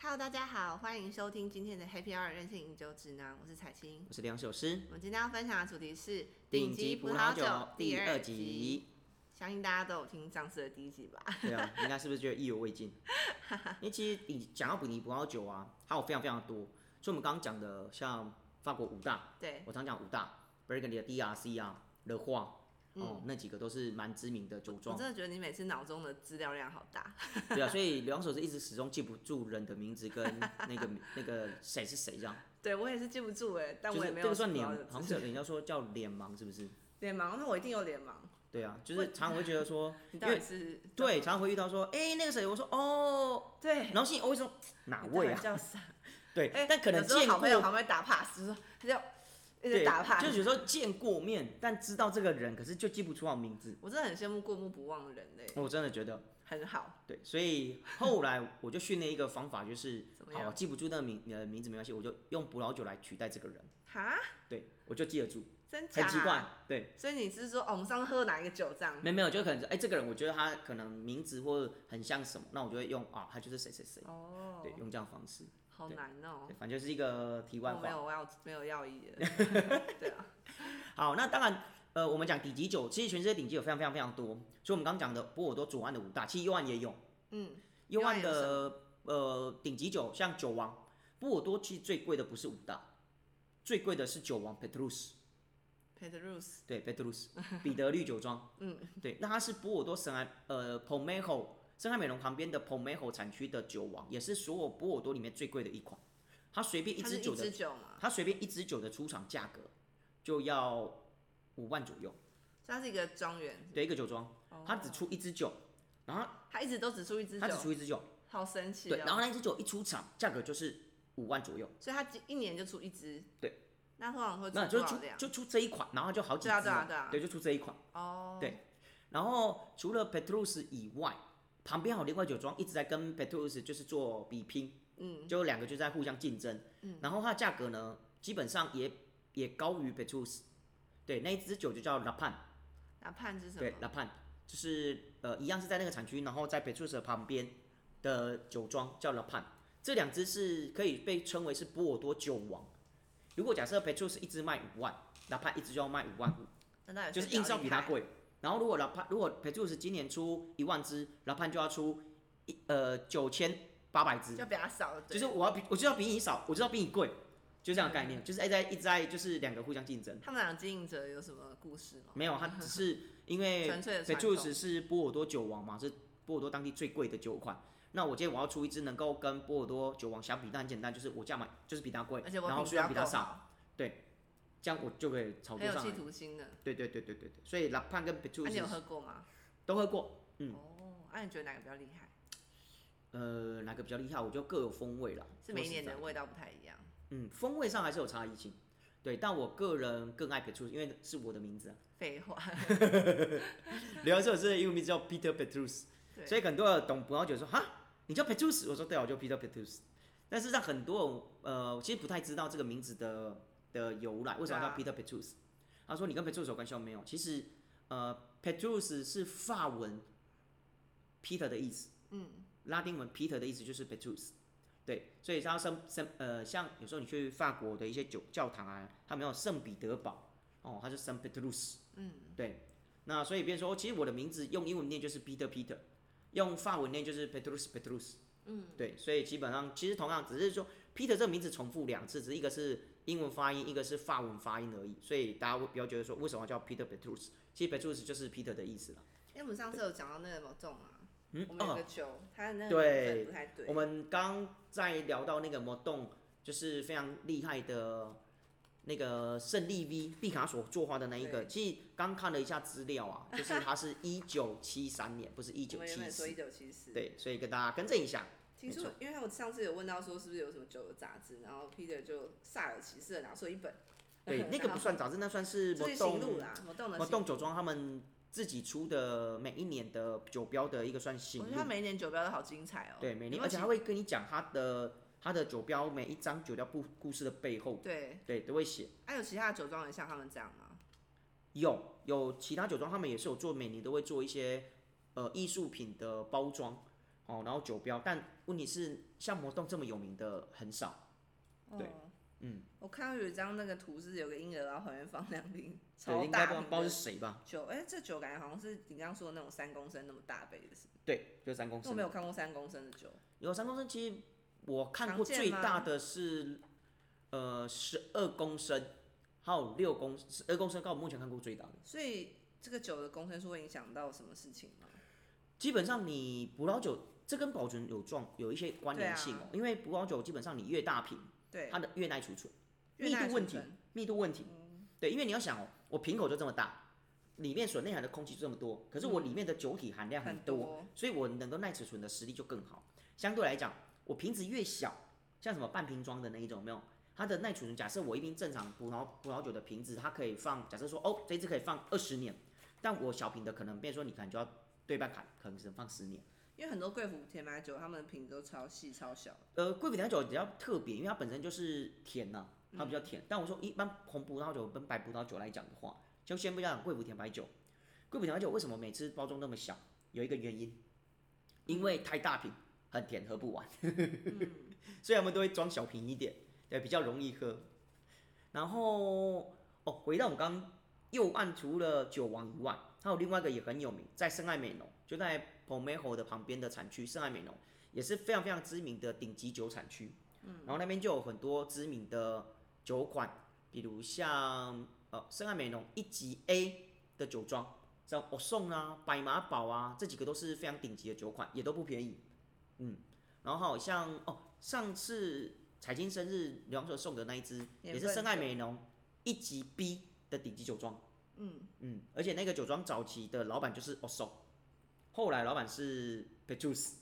Hello，大家好，欢迎收听今天的 Happy Hour 任性饮酒指南，我是彩青。我是梁首诗，我们今天要分享的主题是顶级葡萄酒第二集。集。 相信大家都有听上次的第一集吧？ 对啊，人家是不是觉得意犹未尽？因为其实你讲到顶级葡萄酒啊，还有非常非常多。所以我们刚刚讲的，像法国五大，对，我常讲五大，Burgundy 的 DRC 啊、Le Roy，哦、那几个都是蛮知名的酒嗯我庄真。的觉得你每次脑中的资料量好大。 对啊，所以刘洋手是一直始终记不住人的名字跟那个那个谁是谁这样。对我也是记不住哎，但就我也是没这有个算主脸要的，好知像识有人家说叫脸盲是不是？ 脸盲，那我一定有脸盲。对啊，就我是常常会觉得说，你因到底为是对，常常会遇到说，哎、那个谁，我说哦，对然后心里我会说哪你到位底啊？叫啥？对，哎， 但可能有时候见好朋友过，旁边打 pass，就说他就一直对打 pass，就是有时候见过面，但知道这个人，可是就记不出他名字。我真的很羡慕过目不忘的人类，我真的觉得，很好。对，所以后来我就训练一个方法，就是怎么样好记不住那个名你的名字没关系，我就用葡萄酒来取代这个人，哈，对我就记得住，真假？嗯很奇怪，对，所以你是说，哦，我们上次喝哪一个酒这样？没有没有，就可能哎、这个人我觉得他可能名字或者很像什么，那我就会用啊，他就是谁谁谁，哦，对，用这样的方式，好难哦对，。反正就是一个题外我话。没有要没有要意 的，对啊，好，那当然，呃，我们讲顶级酒，其实全世界顶级酒非常非常非常多，所以我们刚刚讲的，不过我都左岸的五大，其实右岸也有，嗯，右岸右岸的呃顶级酒像酒王，波尔多其实最贵的不是五大，最贵的是酒王 Petrus， ，Pet Rose，对 Petrus，彼得绿酒庄，嗯， 对，那它是波尔多圣埃呃 Pomejo 圣埃美容旁边的 Pomejo 产区的酒王，也是所有波尔多里面最贵的一款，它随便一它是支一酒支的，酒嘛，它随便一支酒的出厂价格就要五万左右。所以它是一个庄园，哦对一个酒庄，它只出一支酒，然后它一直都只出一支它只酒，出一支酒，好神奇对，然后哦。那一支酒一出厂，价格就是五万左右，所以它一年就出一支，对，那通常会那出就多出少量？就出这一款，然后就好几支对啊对啊了对啊对，就出这一款。哦，对然后除了 Petrus 以外，旁边还有另外酒庄一直在跟 Petrus 就是做比拼，嗯，就两个就在互相竞争，嗯，然后它的价格呢，基本上也也高于 Petrus，对，那一支酒就叫 Lapan，那判是什对么？ ，Lapan 就是呃一样是在那个产区，然后在 Petrus 的旁边的酒庄叫 Lapan，这两支是可以被称为是波尔多酒王。如果假设 Petrus 一支卖五万，Lapan 一支就要卖五万五，那到底就是谁硬是要厉比它害？贵。然后如果 Lapan 如果 Petrus 今年出一万支，Lapan 就要出一呃九千八百支，就比它少，对就是我要比我就要比你少，我就要比你贵，就这样的概嗯念，就是哎在一直在就是两个互相竞争。他们两个经营者有什么故事吗？没有，它只是因为纯粹的 p e 传 t r u 统 s 是波尔多酒王嘛，是波尔多当地最贵的酒款。那我今天我要出一支能够跟波尔多酒王相比，那很简单，就是我价买就是比它贵，而且我然后品质数要量比够它少，好，这样我就可以炒很作有上企来。图心的。对对对对对对，所以拉潘跟 p e t r 那 u 你有 s 喝过吗？都喝过，嗯，哦，那你觉得哪个比较厉害？呃，哪个比较厉害，我就各有风味啦。是每一说年实在的味道不太一样。 嗯，风味上还是有差异性。对，但我个人更爱 p e t r u s 因为是我的名字啊。废话，聊这是英文名字叫 Peter Petrus，对所以很多人懂葡萄酒说哈，你叫 Petrus，我说对啊，我叫 Peter Petrus。但是让很多人呃，其实不太知道这个名字的的由来，为什么叫 Peter Petrus？、他说你跟 Petrus 有关系吗没有？其实呃，Petrus 是法文 Peter 的意思，嗯，拉丁文 Peter 的意思就是 Petrus。对，所以他圣圣呃，像有时候你去法国的一些酒教堂啊，他们有圣彼得堡哦，他是圣 Petrus，嗯，对，那所以别人说，哦其实我的名字用英文念就是 Peter Peter，用法文念就是 Petrus Petrus。嗯，对，所以基本上其实同样只是说 Peter 这个名字重复两次，只是一个是英文发音，一个是法文发音而已。所以大家会比较觉得说，为什么叫 Peter Petrus？其实 Petrus 就是 Peter 的意思了。因哎为我们上次有讲到那个某种啊，嗯我们有哦个酒，它的那个对成分不太对我。们刚在聊到那个魔动，就是非常厉害的那个胜利 V 毕卡索作画的那一个。对其实刚看了一下资料啊，就是它是一九七三年，不是一我九们原七本说四一。九七四，，对，所以跟大家更正一下。听说没因为我上次有问到说是不是有什么酒的杂志，然后 Peter 就煞有其事的拿出一本， 对，那个不算杂志，那算是这魔是行路动啦，某动的魔行动酒庄他们自己出的每一年的酒标的一个算我行觉得他路。每一年酒标都好精彩哦。对，每你年，有没有而且他会跟你讲他的他的酒标每一张酒标故故事的背后，对，对，都会写。还有其他的酒庄也像他们这样吗？有有其他酒庄他们也是有做，每年都会做一些呃艺术品的包装。哦，然后酒标，但问题是像魔动这么有名的很少，对哦嗯，我看到有一张那个图是有个婴儿，然后旁边放两瓶超对，应大该不知道瓶不知道是的谁吧？酒，哎、这酒感觉好像是你刚刚说的那种三公升那么大杯的，是不是？对，就三公我没升。有看过三公升的酒，有三公升，其实我看常过见最吗大的是呃十二公升，还有六公十二公升，到我目前看过最大的。所以这个酒的公升数会影响到什么事情吗？基本上你葡萄酒这跟保存有状有一些关联性哦、对啊因为葡萄酒基本上你越大瓶，对，它的越耐储存，越密耐度储问题存，密度问题。嗯对，因为你要想哦、我瓶口就这么大，里面所内含的空气就这么多，可是我里面的酒体含量嗯很很多，所以我能够耐储存的实力就更好。相对来讲，我瓶子越小，像什么半瓶装的那一种，有没有？它的耐储存，假设我一瓶正常葡萄葡萄酒的瓶子，它可以放，假设说哦，这一支可以放二十年，但我小瓶的可能，变成说你可能就要对半砍，可能只能放十年。因为很多贵腐甜白酒，他们的瓶子都超细超小，呃，贵腐甜酒比较特别，因为它本身就是甜呐、它比较甜。但我说一般红葡萄酒跟白葡萄酒来讲的话，就先不讲贵腐甜白酒。贵腐甜白酒为什么每次包装那么小？有一个原因，因为太大瓶，很甜，喝不完， 所以他们都会装小瓶一点，对，比较容易喝。然后哦，回到我们刚刚右岸，除了酒王以外，还有另外一个也很有名，在圣爱美浓，就在 Pomejo 的旁边的产区，圣爱美浓。也是非常非常知名的顶级酒产区。嗯，然后那边就有很多知名的酒款，比如像呃圣爱美浓一级 A 的酒庄，像欧颂啊、白马堡啊，这几个都是非常顶级的酒款，也都不便宜。嗯，然后还有像哦，上次彩金生日刘洋所送的那一支，年也是份圣爱美浓一级 B 的顶级酒庄。嗯嗯，而且那个酒庄早期的老板就是欧颂，后来老板是 Petrus。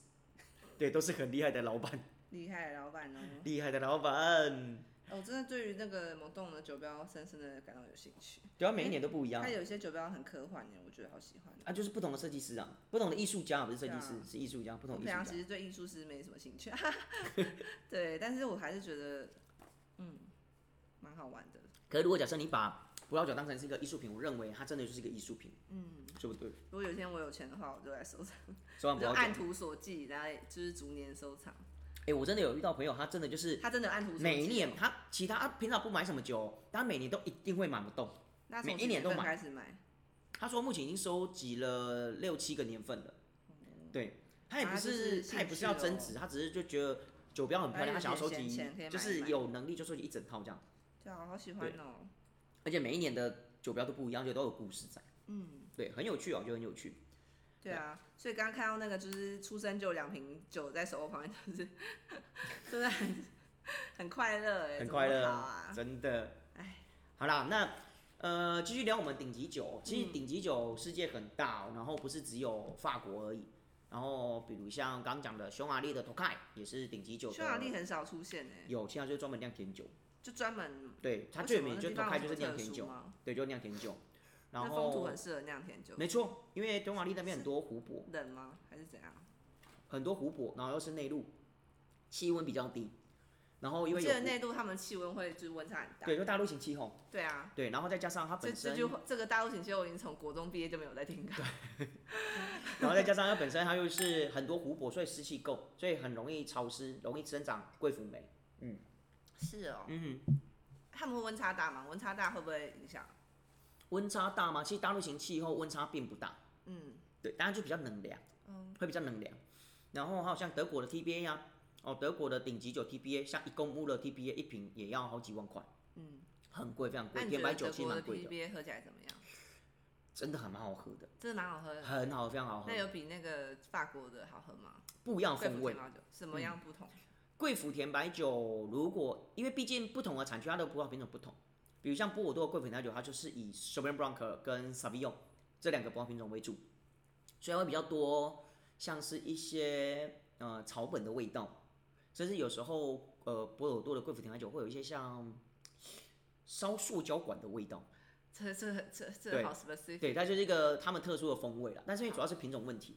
对，都是很厉害的老板，厉害的老板哦。厉害的老板，我真的对于那个某动的酒标深深的感到有兴趣，对啊，每一年都不一样它，哎有一些酒标很科幻耶，我觉得好喜欢。哦啊，就是不同的设计师啊，不同的艺术家，不是设计对师，啊是艺术家，不我同平的艺术常家其。实对艺术是没什么 兴趣，对，但是我还是觉得，嗯，蛮好玩的。可是如果假设你把葡萄酒当成是一个艺术品，我认为它真的就是一个艺术品，嗯，对不对？如果有一天我有钱的话，我就来收 藏，说完葡就萄按酒，图索骥，然后就是逐年收藏。哎，我真的有遇到朋友，他真的就是他真的有按图索骥，每一年他其他他平常不买什么酒，但他每年都一定会买不动。那从每一年都几月份买开始买，他说目前已经收集了六七个年份了，对他也哦啊不、就是是他也不是要兴趣咯增值，他只是就觉得酒标很漂亮，他他想要收有点闲集钱可以，买就一是买有能力就收集一整套这样，对啊，好喜欢哦。而且每一年的酒标都不一样，而且都有故事在，嗯，对，很有趣哦，就很有趣。对啊，所以刚刚看到那个就是出生就有两瓶酒在手旁边，就是 真的很很快乐哎，很怎么快乐好啊。哎真的。唉好啦，那呃，继续聊我们顶级酒。其嗯实顶级酒世界很大哦、然后不是只有法国而已。然后比如像刚刚讲的匈牙利的 Tokai 也是顶级酒的，匈牙利很少出现哎，有，现在就专门酿甜酒。就专门对，它为最什有么那名就地 t o 方 k 有就是什么酿特甜殊酒，吗对，就是酿 甜酒。然那风土后很适合酿甜酒，没错，因为匈牙利那边很多湖泊，冷吗？还是怎样？很多湖泊，然后又是内陆，气温比较低，然后因我为记有得湖内陆他们气温会就是温差很大。对，就大陆型气候，对啊，对，然后再加上它这本身这句话这个大陆景气我已经从国中毕业就没有再听过。然后再加上它本身它又是很多湖泊，所以湿气够，所以很容易潮湿，容易生长贵腐梅。 是哦，嗯，他们会温差大吗？温差大会不会影响？温差大吗？其实大陆型气候温差并不大，嗯，对，当然就比较冷凉，嗯，会比较冷凉。然后还有像德国的 TBA 呀、哦，德国的顶级酒 TBA，像一公屋的 TBA 一瓶也要好几万块，嗯，很贵，非常那贵，你觉甜得白酒德其实国蛮的贵的， PBA 喝起来怎么样？真的还蛮好喝的，真的蛮好喝的。很好，非常好喝那，有比那个法国的好喝吗？不一样的贵哦风腐味嗯甜。白酒什么样不同？贵腐甜白酒，如果因为毕竟不同的产区，它的葡萄品种不同，比如像波尔多的贵腐甜白酒，它就是以 s a u v i g n Blanc 跟 Sauvignon 这两个葡萄品种为主，所以它会比较多像是一些呃草本的味道，甚至有时候呃波尔多的贵腐甜白酒会有一些像烧塑胶管的味道，这这这这对好 specific。对，它就是一个他们特殊的风味了，但是因为主要是品种问题。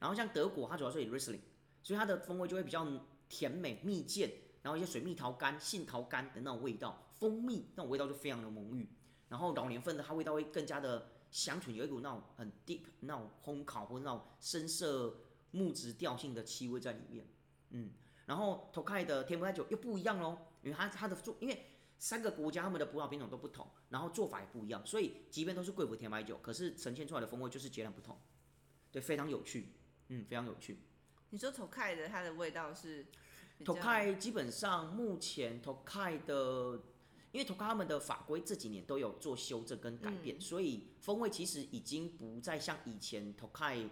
然后像德国，它主要是以 Riesling，所以它的风味就会比较甜美蜜饯，然后一些水蜜桃干、杏桃干的那种味道，蜂蜜那种味道就非常的浓郁。然后老年份的它味道会更加的香醇，有一股那种很 deep 那种烘烤或者那种深色木质调性的气味在里面。嗯，然后 t o k a i 的甜葡萄酒又不一样喽，因为它它的做，因为三个国家他们的葡萄品种都不同，然后做法也不一样，所以即便都是贵腐甜白酒，可是呈现出来的风味就是截然不同。对，非常有趣，嗯，非常有趣。你说 Tokai 的它的味道是比较 t o k a i 基本上目前 t o k a i 的，嗯因为 t o k a i 他们的法规这几年都有做修正跟改嗯变，所以风味其实已经不再像以前 t o k a i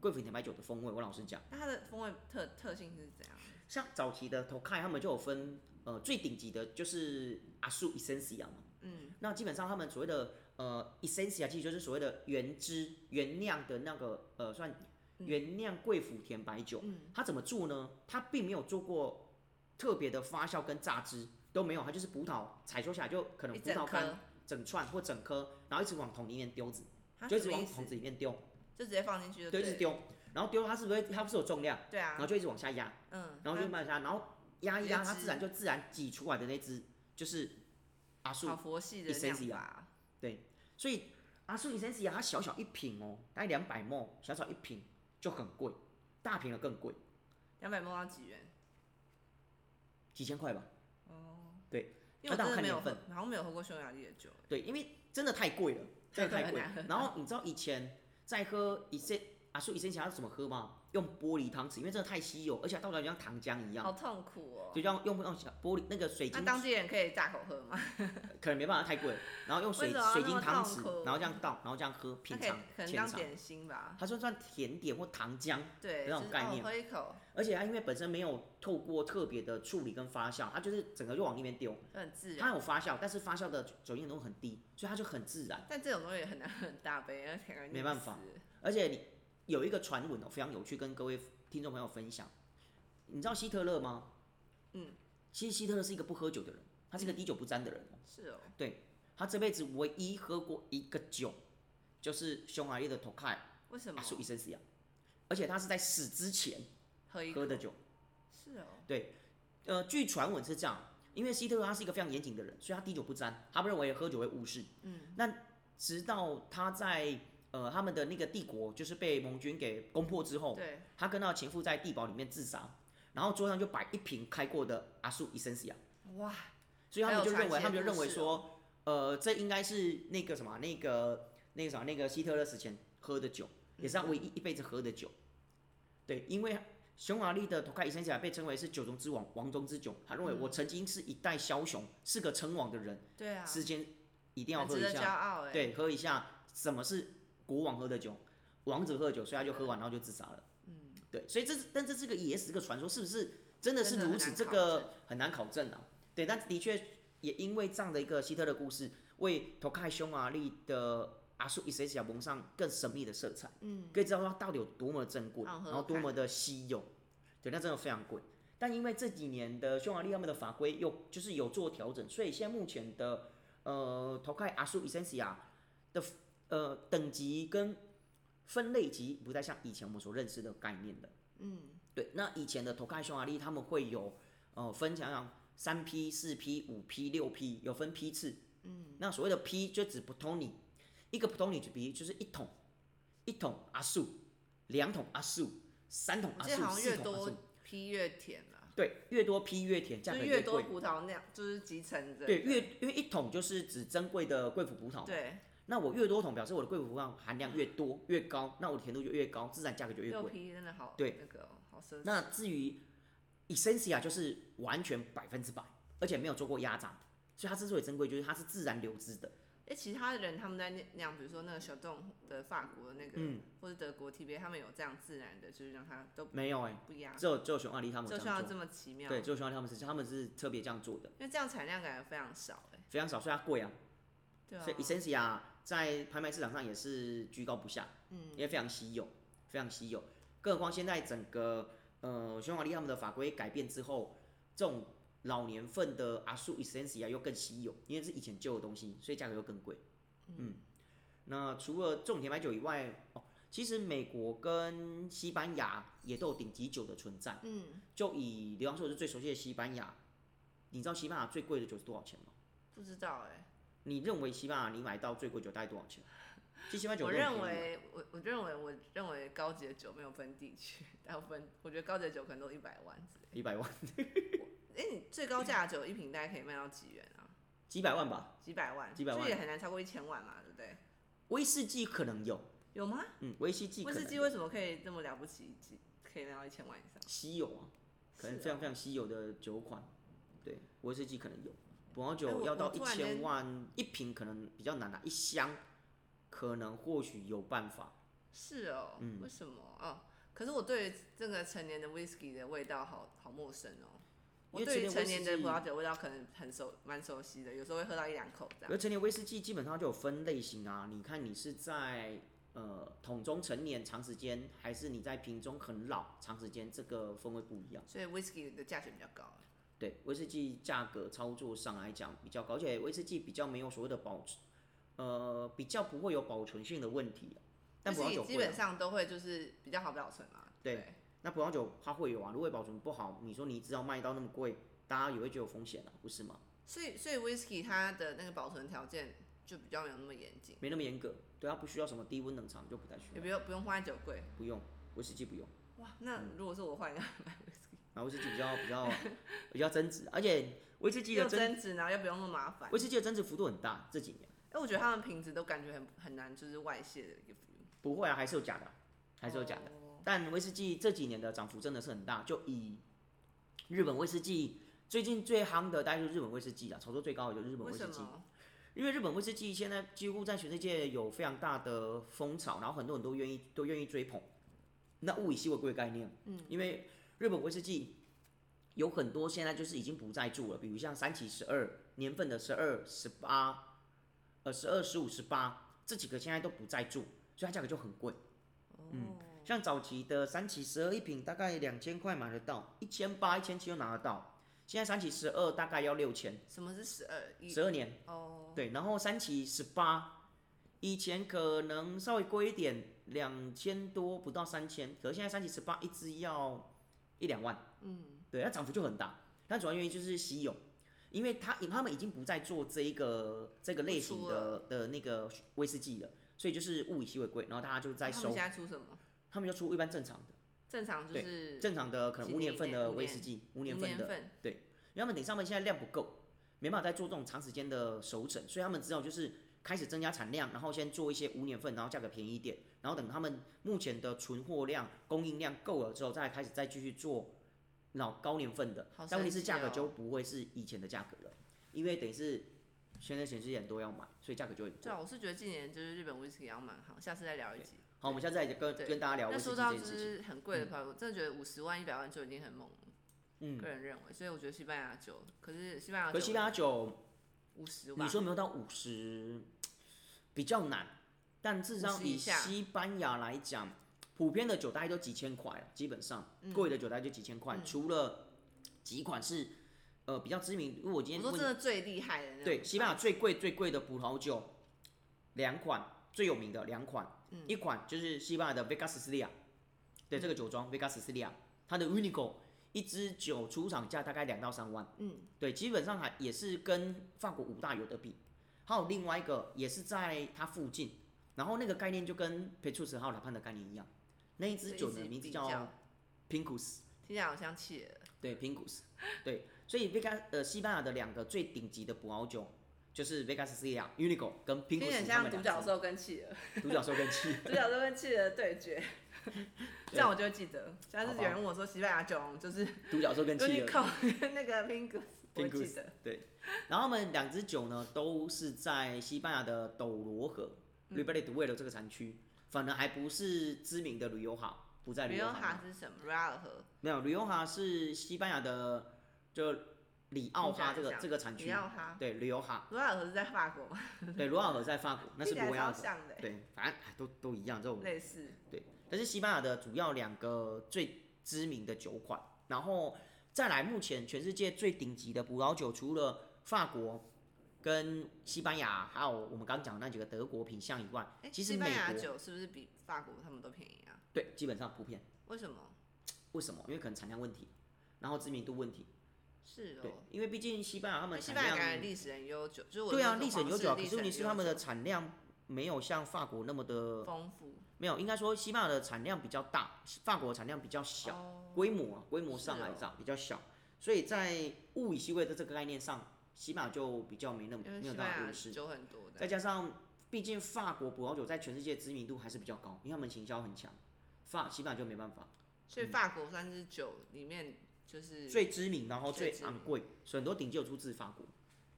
贵腐甜白酒的风味。我老实讲，那它的风味特特性是怎样？像早期的 t o k a i 他们就有分，呃，最顶级的就是阿树 Essencia 嘛，嗯，那基本上他们所谓的呃 Essencia 其实就是所谓的原汁原酿的那个呃算嗯原酿贵腐甜白酒，嗯，它怎么做呢？它并没有做过特别的发酵跟榨汁，都没有，它就是葡萄采收下来就可能一嗯葡整萄干颗，整串或整颗，然后一直往桶里面丢子，它就一什直么往意桶思？子里面丢，就直接放进去啊就对，一对直了，丢，然后丢它是不是它不是有重量，对然后啊，就一直往下压，嗯，然后就它慢慢下，然后压一压，直接它汁自然就自然挤出来的那只就是阿树好佛系的 Essentia 酿法，所以阿苏尼森斯雅它小小一瓶哦，大概两百沫，小小一瓶就很贵，大瓶的更贵，两百梦到几元？几千块吧。哦，对，因为我那当真然的啊看没有年喝，份好像没有喝过匈牙利的酒，对，因为真的太 贵了，真的太贵太贵了了。然后你知道以前在喝一些阿苏尼森斯雅怎么喝吗？用玻璃汤匙，因为真的太稀有，而且它倒出来就像糖浆一好样，痛苦哦就。像用用小玻璃那个水那晶，当地人可以大口喝吗？可能没办法太贵了，然后用水为什么要水晶那么汤痛匙，苦然后这样倒，然后这样喝那 品可以尝可能浅当尝，点心吧。它算算甜点或糖浆。对，那就种是概哦念喝一口而且它因为本身没有透过特别的处理跟发酵，它就是整个就往里面丢。就很自然。它有发酵，但是发酵的酒精浓度很低，所以它就很自然。但这种东西也很难很大杯，而且感觉没办法而且你有一个传闻哦，非常有趣，跟各位听众朋友分享。你知道希特勒吗？嗯，其实希特勒是一个不喝酒的人，他是一个滴酒不沾的人哦。是哦，他这辈子唯一喝过一个酒，就是匈牙利的 Tokai 为什么阿苏伊森斯亚，而且他是在死之前喝一口喝的酒。是哦，呃，据传闻是这样，因为希特勒他是一个非常严谨的人，所以他滴酒不沾，他不认为喝酒会误事。嗯，那直到他在呃他们的那个帝国就是被盟军给攻破之后，对，他跟他的情妇在地堡里面自杀，然后桌上就摆一瓶开过的阿苏伊森西亚，哇，所以他还们有就认为传奇他们的就认故为事哦说，呃，这应该是那个什么那个那个什么那个希特勒死前喝的酒，嗯也是他唯一一辈子喝的酒。对，因为匈牙利的托卡伊森西亚被称为是酒中之王，王中之酒。他认为我曾经是一代枭雄，是个称王的人，嗯对啊，之前一定要很喝值一得骄下，傲哎。，对，喝一下什么是国王喝的酒，王子喝的酒，所以他就喝完然后就自杀了。嗯，对，所以这但这是个也是个传说，是不是真的是真的很如此？难这考个很难考证啊。对，但的确也因为这样的一个希特勒故事，为托卡匈牙利啊的阿苏伊塞西亚蒙上更神秘的色彩。嗯，可以知道它到底有多么珍贵，好喝喝然后多么的稀有。对，那真的非常贵。但因为这几年的匈牙利他们的法规又就是有做调整，所以现在目前的呃头盖阿苏伊森西亚啊的呃等级跟分类级不再像以前我们所认识的概念的。嗯，对，那以前的头盖匈牙啊利他们会有呃分享像三批、四批、五批、六批，有分批次。嗯，那所谓的批就指普通里，一个普通里就比就是一桶，一桶阿素，两桶阿素，三桶我阿记得好啊素，像四越桶阿多素。批越甜啦，对，越多批越甜，价就格是越多贵。葡萄酿，就是集成的。对，越因为一桶就是指珍贵的贵腐葡萄嘛，对，那我越多桶，表示我的贵腐葡萄含量越多越高，那我的甜度就越高，自然价格就越六贵。批真的好，对，那个哦好奢侈。那至于 Essencia 就是完全百分之百，而且没有做过压榨，所以它之所以珍贵，就是它是自然流汁的。哎，其他人他们在酿，比如说那个小众的法国那个，嗯，或者德国 T B，他们有这样自然的，就是让它都没有哎、不压，只有只有熊二力他们就有需这样要做，这么奇妙。对，只有熊二力他们是他们是特别这样做的，因为这样产量感觉非常少哎、非常少，所以它贵啊。对啊所以，Essencia 在拍卖市场上也是居高不下，嗯，因为非常稀有，非常稀有。更何况现在整个呃匈牙利他们的法规改变之后，这种老年份的阿素 Essencia 又更稀有，因为是以前旧的东西，所以价格又更贵。嗯，那除了这种甜白酒以外，哦，其实美国跟西班牙也都有顶级酒的存在。嗯，就以刘洋说，我是最熟悉的西班牙，你知道西班牙最贵的酒是多少钱吗？不知道哎、你认为西班牙你买到最贵酒大概多少钱？七七八九我都很便宜认啊为，我我认为，我认为高级的酒没有分地区， 大部分我觉得高级的酒可能都一百万之类。一百万、哎、你最高价的酒一瓶大概可以卖到几元啊？几百万吧。几百万，几百万就也很难超过一千万嘛，对不对？威士忌可能有，有吗？嗯，威士忌可威能士忌为什么可以这么了不起，几可以卖到一千万以上？稀有啊，可能是非常哦非常稀有的酒款。对，威士忌可能有，葡萄哎酒我要到我一突然间千万一瓶可能比较难啊，一箱可能或许有办法。是哦，嗯为什么哦？可是我对于这个成年的 whisky 的味道好好陌生哦。我因为对于成成年年威士的忌葡萄酒味道可能很熟，蛮熟悉的，有时候会喝到一两口这而样。成年威士忌基本上就有分类型啊，你看你是在呃桶中成年长时间，还是你在瓶中很老长时间，这个风味不一样。所以 whisky 的价钱比较高。对，威士忌价格操作上来讲比较高，而且威士忌比较没有所谓的保存，呃，比较不会有保存性的问题、啊。但葡萄 whisky 酒基会、本啊，上都会就是比较好保存嘛。对不对，那葡萄酒它会有啊。如果保存不好，你说你只要卖到那么贵，大家也会觉得有风险啊，不是吗？所以所以 whisky 它的那个保存条件就比较没有那么严谨，没那么严格，对，它啊不需要什么低温冷藏，就不太需也要，不用不用放在酒柜。不用威士忌不用。哇，那嗯如果是我换一个买 whisky，然后威士忌比较 比较比较增值，而且威士忌的又增增值，然后又不用那么麻烦。威士忌的增值幅度很大，这几年哎，我觉得他们瓶子都感觉很很难，就是外泄的一个 feel，不会啊，还是有假的，还是有假的。哦但威士忌这几年的涨幅真的是很大，就以日本威士忌最近最夯的，大概就是日本威士忌了，炒作最高的就是日本为威什士忌，么？因为日本威士忌现在几乎在全世界有非常大的风潮，然后很多人都愿意都愿意追捧。那物以稀为贵的概念，嗯，因为日本威士忌有很多现在就是已经不再住了，比如像三七十二年份的十二、十八、呃十二、十五、十八这几个现在都不再住，所以它价格就很贵。嗯，像早期的三七十二一瓶大概两千块买得到，一千八、一千七就拿得到。现在三七十二大概要六千，什么是十二一？十二年哦，对，然后三七十八，以前可能稍微贵一点，两千多不到三千，可是现在三七十八一支要一两万，嗯，对，它涨幅就很大。但主要原因就是稀有，因为它他们已经不再做这一个这个类型出的的那个威士忌了，所以就是物以稀为贵，然后大家就在那他们收现，在出什么？他们就出一般正常的。正常就是正常的可能几五年年份内的五威年士忌，五五年份的，份因为他们等上面现在量不够，没办法再做这种长时间的熟成，所以他们只好就是开始增加产量，然后先做一些五年份，然后价格便宜一点，然后等他们目前的存货量、供应量够了之后，再开始再继续做老高年份的好，但问题是神奇价格哦就不会是以前的价格了，因为等于是现在显示很多要买，所以价格就会对贵。啊，我是觉得今年就是日本威士忌要蛮好，下次再聊一集。好，我们下次再跟对跟大家聊威那士说忌到这就件事情。是很贵的话，我真的觉得五十万、一百万就已经很猛了，嗯个，人认为。所以我觉得西班牙酒，可是西班牙可酒是西班牙酒五十你万，说没有到五十，比较难。但事实上， 50以以下西班牙来讲，普遍的酒大概都几千块了，基本上贵的酒大概就几千块，嗯除了几款是呃比较知名。如果我今我天说问真的最厉害的那种对，西班牙最贵最贵的葡萄酒，两款最有名的两款，嗯一款就是西班牙的 Vega Sicilia，对、这个酒庄 Vega Sicilia，它的 Unico 一支酒出厂价大概两到三万，嗯，对，基本上还也是跟法国五大有的比，还有另外一个也是在它附近，然后那个概念就跟 Petrus 还有拉潘的概念一样，那一支所以酒一的直名字比叫较 Pincus，听起来好像气了。对，平古斯，对，所以 Vegas 呃西班牙的两个最顶级的葡萄酒就是 Vegas c i l a Unico 跟听平古起来斯很他像们独两角只兽跟企鹅， 独角兽跟气，独角兽跟企鹅的对 决，这样我就会记得。下次好吧有人问我说西班牙酒就是独角兽跟跟气你鹅。考 那个 Pingus，我苹果记得然后他们两支酒呢都是在西班牙的斗罗河嗯 r i b e r a d u e r o 这个产区，反而还不是知名的旅游哈，不在旅游 Rioja 哈，是什么？Rioja 河，没有旅游哈是西班牙的就里奥哈听这起来个很像这个产里区，奥哈。对，旅游哈， Rioja 河是在法国吗？对，罗奥河在法国，那是听起来罗奥超河，像的，对，反正哎都都一样，这种类似。对，但是西班牙的主要两个最知名的酒款，然后再来目前全世界最顶级的葡萄酒，除了法国跟西班牙，还有我们刚讲的那几个德国品相以外哎，，其实西美班牙国酒是不是比法国他们都便宜啊？对基本上普遍，为什么？为什么？因为可能产量问题，然后知名度问题，是对哦，，因为毕竟西班牙他因们为西产班牙感量觉历史很悠久，就是我对啊，那种历史很悠久啊，皇可室是问题历史是很他们的悠久产量没有像法国那么的丰富没有，应该说西班牙的产量比较大，法国的产量比较小。哦规模啊，规模是上来哦上比较小，所以在物以稀为的这个概念上，起码就比较没那么因为没有西那班么牙优势。酒很多的再，加上，毕竟法国葡萄酒在全世界知名度还是比较高，因为他们行销很强，法西班牙就没办法，所以法国算是酒里面就是，嗯最知名，然后最最知昂名贵，所以很多顶级酒出自法国。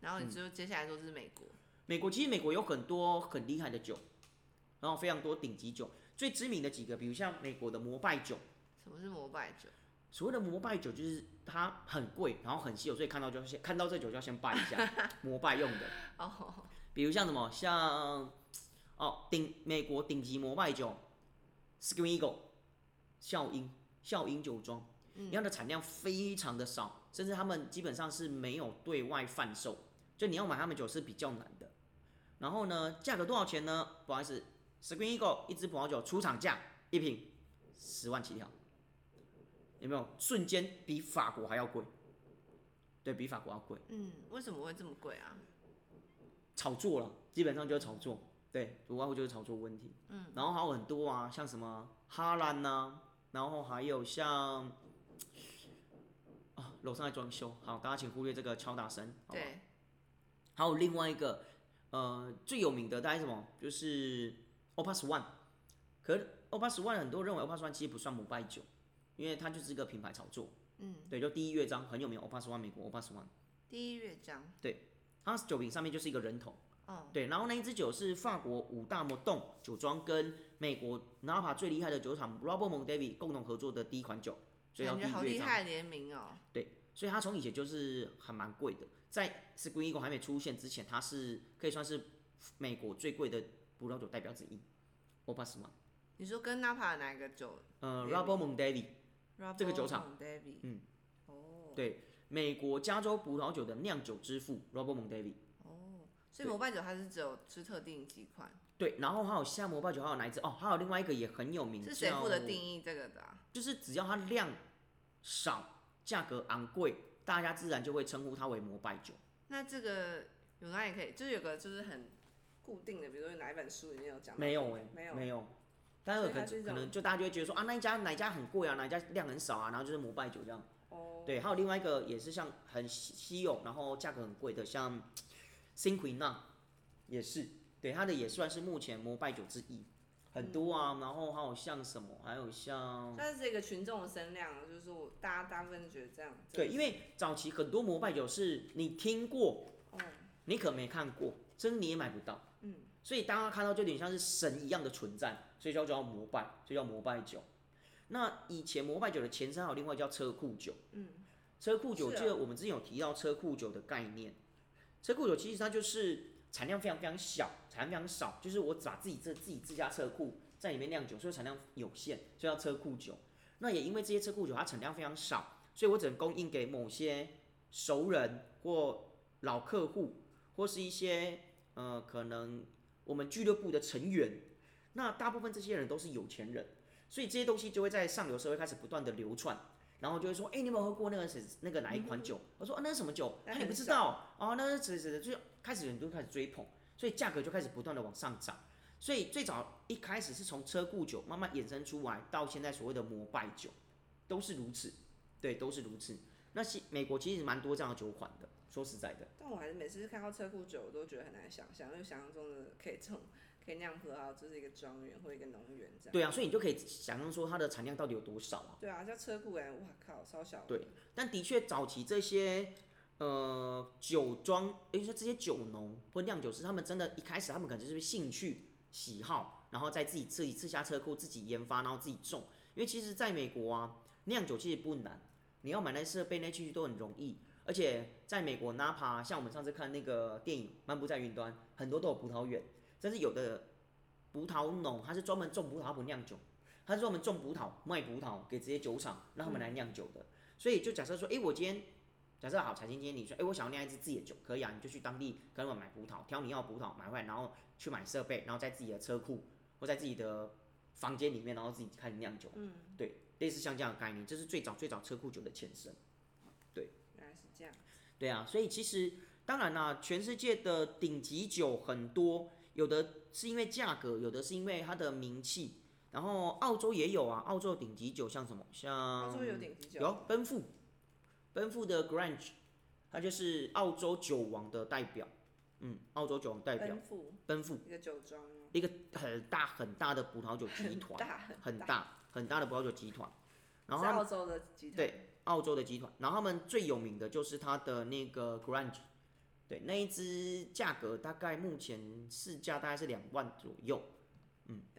然嗯后你就接下来都是美国，美国其实美国有很多很厉害的酒，然后非常多顶级酒，最知名的几个，比如像美国的摩拜酒，什么是摩拜酒？所谓的膜拜酒就是它很贵，然后很稀有，所以看到就要先看到这酒就要先拜一 下膜拜用的。哦，比如像什么，像哦顶美国顶级膜拜酒 s c r e e Eagle 笑鹰笑鹰酒庄，因为它的产量非常的少，甚至他们基本上是没有对外贩售，就你要买他们酒是比较难的。然后呢，价格多少钱呢？不好意思 s c r e e Eagle 一支葡萄酒出厂价一瓶十万起跳，有没有？瞬间比法国还要贵，对比法国要贵。嗯，为什么会这么贵啊？炒作了，基本上就是炒作，对，无外乎就是炒作问题。嗯，然后还有很多啊，像什么哈兰呐、啊然后还有像啊楼上在装修，好，大家请忽略这个敲打声，好吧？对，还有另外一个呃最有名的大概是什么，就是 Opus One，可是 Opus One 很多人认为 Opus One 其实不算摩拜酒，因为它就是一个品牌炒作。嗯，对，就第一乐章很有名，Opus One 美国 Opus One，第一乐章，它酒瓶上面就是一个人头。哦，对，然后那一支酒是法国五大摩洞酒庄跟美国 Napa 最厉害的酒厂 Robert m o n d a v i 共同合作的第一款酒，所以要感第觉好一乐厉章。害的联名哦，所以它从以前就是还蛮贵的，在 s c r e e n Eagle 还没出现之前，它是可以算是美国最贵的葡萄酒代表之一。Opus One，你说跟 Napa 哪一个酒？呃 David ，Robert m o n d a v i 这个酒厂，David，嗯，哦，对，美国加州葡萄酒的酿酒之父 Robert m o n d a v i 哦，所以摩拜酒它是只有是特定几款，对，然后还有夏摩拜酒，还有哪一支？哦，还有另外一个也很有名，是谁负责叫定义这个的啊？就是只要它量少，价格昂贵，大家自然就会称呼它为膜拜酒。那这个有哪里可以？就是有个就是很固定的，比如说哪一本书里面有讲到没有哎、这个没有，没有。但是可所以它是一能可种能就大家就会觉得说啊，那一家哪一家很贵啊，哪一家量很少啊，然后就是膜拜酒这样。哦，对，还有另外一个也是像很稀稀有，然后价格很贵的，像 s i n q u i n a 也是，对，它的也算是目前膜拜酒之一，很多啊。嗯然后还有像什么，还有像但是一个群众的声量，就是说我大家大部分觉得这样，对，因为为早期很多膜拜酒是你听过，你可没看过，甚至你也买不到，哦嗯，所以大家看到就有点像是神一样的存在，所以叫叫膜拜，所以叫膜拜酒。那以前膜拜酒的前身还有另外叫车库酒，嗯，车库酒是啊记得我们之前有提到车库酒的概念，车库酒其实它就是产量非常非常小，产量非常少，就是我把自己这自己自家车库在里面酿酒，所以产量有限，所以叫车库酒。那也因为这些车库酒它产量非常少，所以我只能供应给某些熟人或老客户，或是一些呃可能我们俱乐部的成员。那大部分这些人都是有钱人，所以这些东西就会在上流社会开始不断的流传。然后就会说，哎、你有没有喝过那个谁那个哪一款酒？我说、啊、那是什么酒？那那、啊、你不很知少道哦，那是谁谁谁，就开始很多人开始追捧，所以价格就开始不断的往上涨。所以最早一开始是从车库酒慢慢衍生出来，到现在所谓的膜拜酒，都是如此，对，都是如此。那其美国其实蛮多这样的酒款的，说实在的，但我还是每次看到车库酒，我都觉得很难想象，因为想象中的可以种可以酿葡萄，啊就是一个庄园或一个农园这样。对啊，所以你就可以想象说它的产量到底有多少啊？对啊，叫车库哎，哇靠，超小的。对但的确，早期这些呃酒庄，也就是这些酒农或酿酒师，他们真的一开始他们可能就是兴趣喜好，然后在自己自己自家车库自己研发，然后自己种。因为其实在美国啊，酿酒其实不难，你要买那设备那器具都很容易。而且在美国 Napa，像我们上次看那个电影《漫步在云端》，很多都有葡萄园，甚至有的葡萄农他是专门种葡萄他不酿酒，他是专门种葡萄卖葡萄给这些酒厂，让他们来酿酒的。所以就假设说，诶，我今天假设好，彩琴今天你说，诶，我想要酿一支自己的酒，可以啊，你就去当地跟我买葡萄，挑你要的葡萄买回来，然后去买设备，然后在自己的车库或在自己的房间里面，然后自己开始酿酒。嗯，对，类似像这样的概念，这是最早最早车库酒的前身。原来是这样。对啊，所以其实当然啦、全世界的顶级酒很多，有的是因为价格，有的是因为它的名气。然后澳洲也有啊，澳洲顶级酒像什么？像澳洲有顶级酒，嗯啊有奔富，奔富的 Grange，它就是澳洲酒王的代表。嗯，澳洲酒王代表奔富奔富，一个酒庄哦，一个很大很大的葡萄酒集很团，大很很大很大的葡萄酒集团。然后是他们澳洲的集团，对澳洲的集团，然后他们最有名的就是它的那个 Grange，对那一支价格大概目前市价大概是两万左右。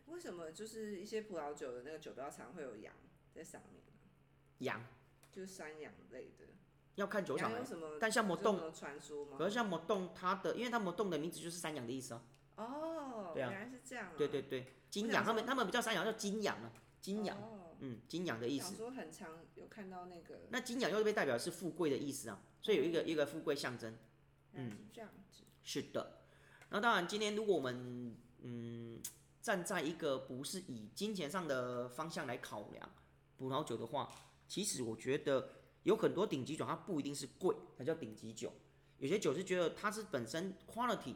为什么就是一些葡萄酒的那个酒标常会有羊在上面啊？羊就是山羊类的。要看酒厂羊欸有，什么？但像有摩什洞，么传说吗可？是像摩洞它的，因为它摩洞的名字就是山羊的意思啊。哦，对啊原来是这样啊。对对对，金想羊，他们说他们比较山羊叫金羊啊，金羊，哦，嗯，金羊的我意想思。说很常有看到那个，那金羊又被代表是富贵的意思啊，所以有一个一个富贵象征。原来是这样子。是的，那当然，今天如果我们嗯站在一个不是以金钱上的方向来考量葡萄酒的话，其实我觉得有很多顶级酒它不一定是贵，它叫顶级酒。有些酒是觉得它是本身 quality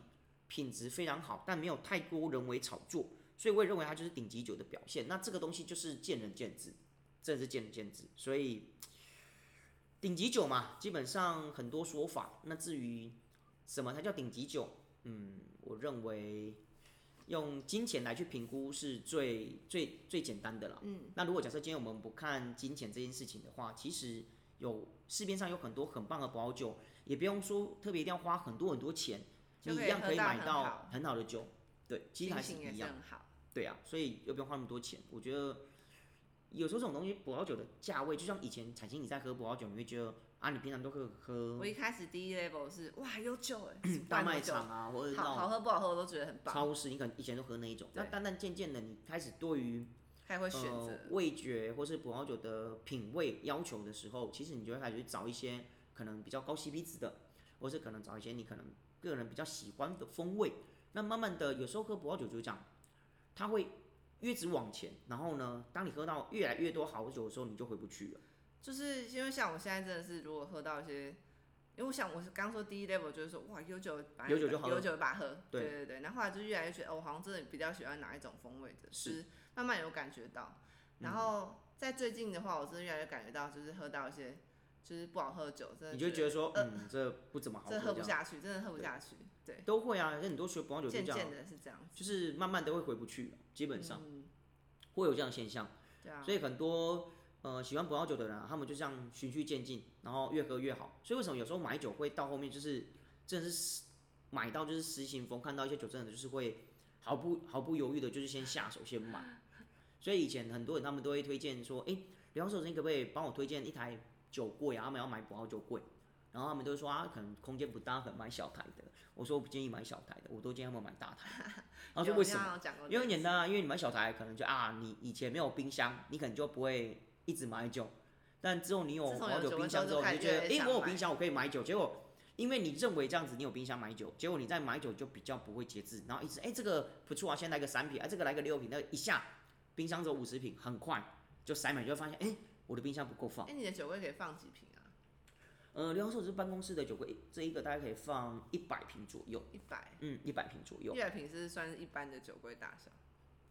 品质非常好，但没有太多人为炒作，所以我也认为它就是顶级酒的表现。那这个东西就是见仁见智，真的是见仁见智。所以顶级酒嘛，基本上很多说法。那至于什么才叫顶级酒？嗯，我认为用金钱来去评估是最最最简单的啦。嗯，那如果假设今天我们不看金钱这件事情的话，其实有市面上有很多很棒的葡萄酒，也不用说特别一定要花很多很多钱，就你可一以样喝可以到买很到好很好的酒。对，其实还心情是也一是样。很好。对啊，所以又不用花那么多钱。我觉得有时候这种东西，葡萄酒的价位，就像以前彩青你在喝葡萄酒，你会觉得啊，你平常都会喝我一开始第一 level 是哇有酒哎，是嗯大罐头卖酒场啊，或者是那好好种喝不好喝我都觉得很棒，超市，你可能以前都喝那一种。那对但但渐渐的，你开始对于还会选呃择。味觉或是葡萄酒的品味要求的时候，其实你就会开始去找一些可能比较高 CP 值的，或是可能找一些你可能个人比较喜欢的风味。那慢慢的，有时候喝葡萄酒就这样，它会越直往前，然后呢，当你喝到越来越多好酒的时候，你就回不去了。就是因为像我现在真的是，如果喝到一些，因为我想我是刚说第一 level 就是说哇有酒把有酒就好喝有酒把喝，对对对对，然后后来就越来越觉得哦，我好像真的比较喜欢哪一种风味的，是嗯就是慢慢有感觉到。然后在最近的话，我真的越来越感觉到，就是喝到一些就是不好喝的酒，真的你就觉得得说，呃嗯，这不怎么好真喝，的喝这不样下去，真的喝不下去，对，都会啊，很多学葡萄酒就渐这样渐，的是这样子，就是慢慢都会回不去了，基本上、嗯，会有这样的现象。对啊，所以很多呃喜欢葡萄酒的人、啊，他们就这样循序渐进，然后越喝越好。所以为什么有时候买酒会到后面就是真的是失买到就是失心疯，看到一些酒真的就是会毫不毫不犹豫的，就是先下手先买。所以以前很多人他们都会推荐说，诶，比方说你可不可以帮我推荐一台酒柜啊？他们要买葡萄酒柜。然后他们都说啊，可能空间不大，可能买小台的。我说我不建议买小台的，我都建议他们买大台的。然后说有为什么？？你好像有讲过这因为很个简单啊，因为你买小台可能就啊，你以前没有冰箱，你可能就不会一直买酒，但之后你有自从好有久酒冰之后箱之就后，开你始就觉越得来越诶，想我有买冰箱，我可以买酒，结果。因为你认为这样子，你有冰箱买酒，结果你在买酒就比较不会节制，然后一直诶，这个不错啊，先来个三瓶，哎、这个来个六瓶，那一下冰箱只有五十瓶，很快就塞满，你就会发现诶，我的冰箱不够放哎、。你的酒柜可以放几瓶啊？呃，刘教授是办公室的酒柜，这一个大概可以放一百瓶左右，一百，嗯，一百瓶左右一，百瓶是算是一般的酒柜大小。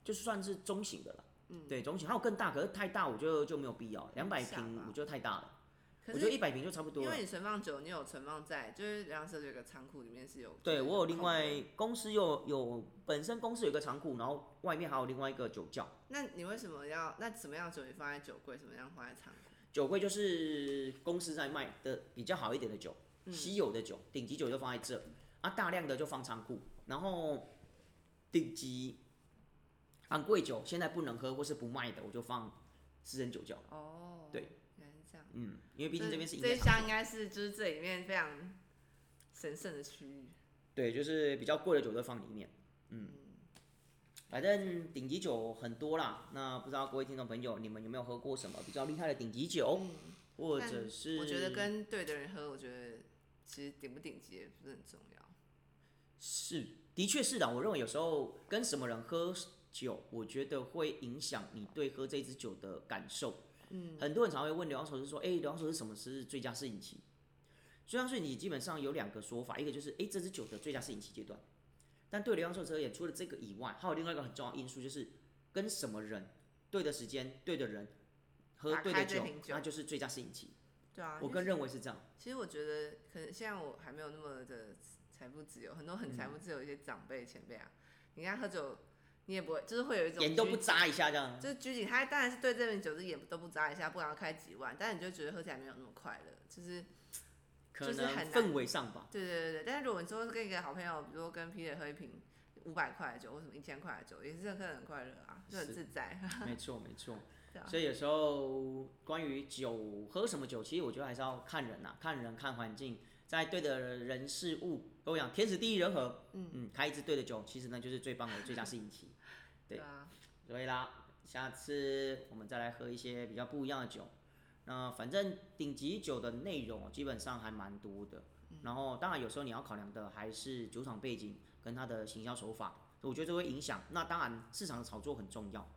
就算是中型的了。嗯，对，中型还有更大，可是太大我就就没有必要，两百下平吧我觉得太大了，可我觉得是一百平就差不多因了为。你存放酒，你有存放在，就是然后设有一个仓库，里面是有。对我有另外空的公司又有本身公司有一个仓库，然后外面还有另外一个酒窖，那你为什么要？那什么样的酒你放在酒柜，什么样放在仓库？酒柜就是公司在卖的比较好一点的酒，嗯稀有的酒，顶级酒就放在这，啊大量的就放仓库，然后顶级昂贵酒现在不能喝或是不卖的，我就放私人酒窖。哦，对，原来是这样。嗯，因为毕竟这边是营这业一场所箱应该是就是这里面非常神圣的区域。对，就是比较贵的酒都放里面。嗯，反正顶级酒很多啦。那不知道各位听众朋友，你们有没有喝过什么比较厉害的顶级酒，或嗯但者是我觉得跟对的人喝，我觉得其实顶不顶级也不是很重要。是，的确是的。我认为有时候跟什么人喝酒，我觉得会影响你对喝这支酒的感受。嗯，很多人常会问刘洋手是说，哎、刘洋手是什么是最佳适应期？最佳适应期基本上有两个说法，一个就是，哎、这支酒的最佳适应期阶段。但对流浪兽者而言，除了这个以外，还有另外一个很重要的因素，就是跟什么人、对的时间、对的人喝打对开的这酒瓶，酒那就是最佳适应期。对啊，我就更是认为是这样。其实我觉得，可能现在我还没有那么的财富自由，很多很财嗯富自由的一些长辈前辈啊，你看喝酒，你也不会，就是会有一种眼都不拘，眨一下这样。就是拘谨。他当然是对这瓶酒是眼都不眨一下，不然要开几万，但你就觉得喝起来没有那么快乐，就是可就是能很难氛围上吧。对对对对。但是如果你说跟一个好朋友，比如说跟 Peter 喝一瓶五百块的酒，或什么一千块的酒，也是喝得很快乐啊，就很是自在， 没错，没错。对啊。所以有时候关于酒喝什么酒，其实我觉得还是要看人呐、看人看环境，在对的人事物，我讲天时地利人和，嗯嗯，开一支对的酒，其实呢就是最棒的最佳适应期。对啊，所以啦，下次我们再来喝一些比较不一样的酒。那反正顶级酒的内容哦基本上还蛮多的，嗯然后当然有时候你要考量的还是酒厂背景跟它的行销手法，我觉得这会影响。那当然市场的炒作很重要，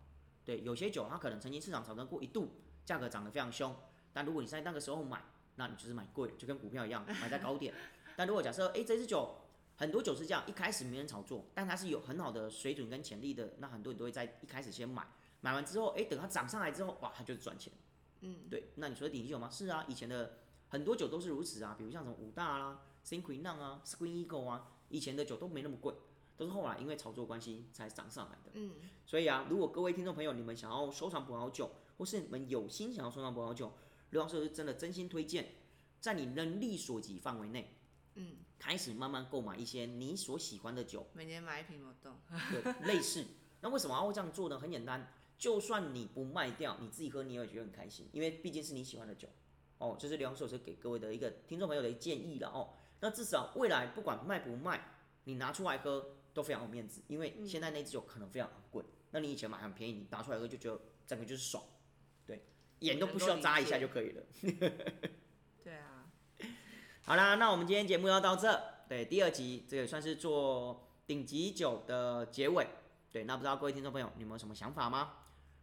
对，有些酒它可能曾经市场炒作过一度，价格涨得非常凶，但如果你在那个时候买，那你就是买贵了，就跟股票一样，买在高点。 但如果假设诶这支酒很多酒是这样，一开始没人炒作，但它是有很好的水准跟潜力的，那很多人都会在一开始先买，买完之后，哎、等它涨上来之后，哇，它就是赚钱。嗯，对，那你说顶级酒吗？是啊，以前的很多酒都是如此啊，比如像什么五大啦、s i n q u i n n 啊、Screen Eagle 啊，以前的酒都没那么贵，都是后来因为炒作关系才涨上来的。嗯，所以啊，如果各位听众朋友你们想要收藏葡萄酒，或是你们有心想要收藏葡萄酒，刘老师是真的真心推荐，在你能力所及范围内，嗯，开始慢慢购买一些你所喜欢的酒。每年买一瓶某动，对，类似。那为什么要这样做呢？很简单，就算你不卖掉，你自己喝你也会觉得很开心，因为毕竟是你喜欢的酒。哦，这是梁老师给各位的一个听众朋友的建议了哦。那至少未来不管卖不卖，你拿出来喝都非常有面子，因为现在那支酒可能非常昂贵，那你以前买很便宜，你拿出来喝就觉得整个就是爽，对，眼都不需要眨一下就可以了。对啊，好啦，那我们今天节目要到这，对，第二集这也算是做顶级酒的结尾。对，那不知道各位听众朋友，你们有什么想法吗？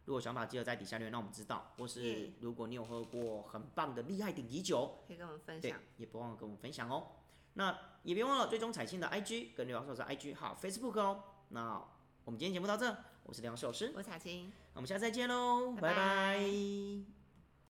如果有想法，记得在底下留言让我们知道，或是嗯如果你有喝过很棒的厉害顶级酒，可以跟我们分对享。，也不忘了跟我们分享哦。那也别忘了追踪彩信的 IG 跟刘教授的 IG 好 Facebook 哦。那我们今天节目到这，我是梁老师，我是彩青。那我们下次再见喽，拜拜嗯拜拜